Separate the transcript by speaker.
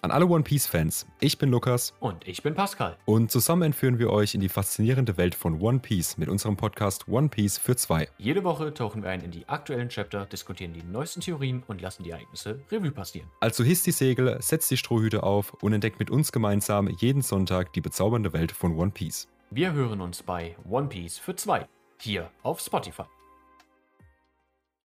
Speaker 1: An alle One Piece-Fans, ich bin Lukas
Speaker 2: Und ich bin Pascal.
Speaker 1: und zusammen entführen wir euch in die faszinierende Welt von One Piece mit unserem Podcast One Piece für zwei.
Speaker 2: Jede Woche tauchen wir ein in die aktuellen Chapter, diskutieren die neuesten Theorien und lassen die Ereignisse Revue passieren.
Speaker 1: Also hisst die Segel, setzt die Strohhüte auf und entdeckt mit uns gemeinsam jeden Sonntag die bezaubernde Welt von One Piece.
Speaker 2: Wir hören uns bei One Piece für zwei hier auf Spotify.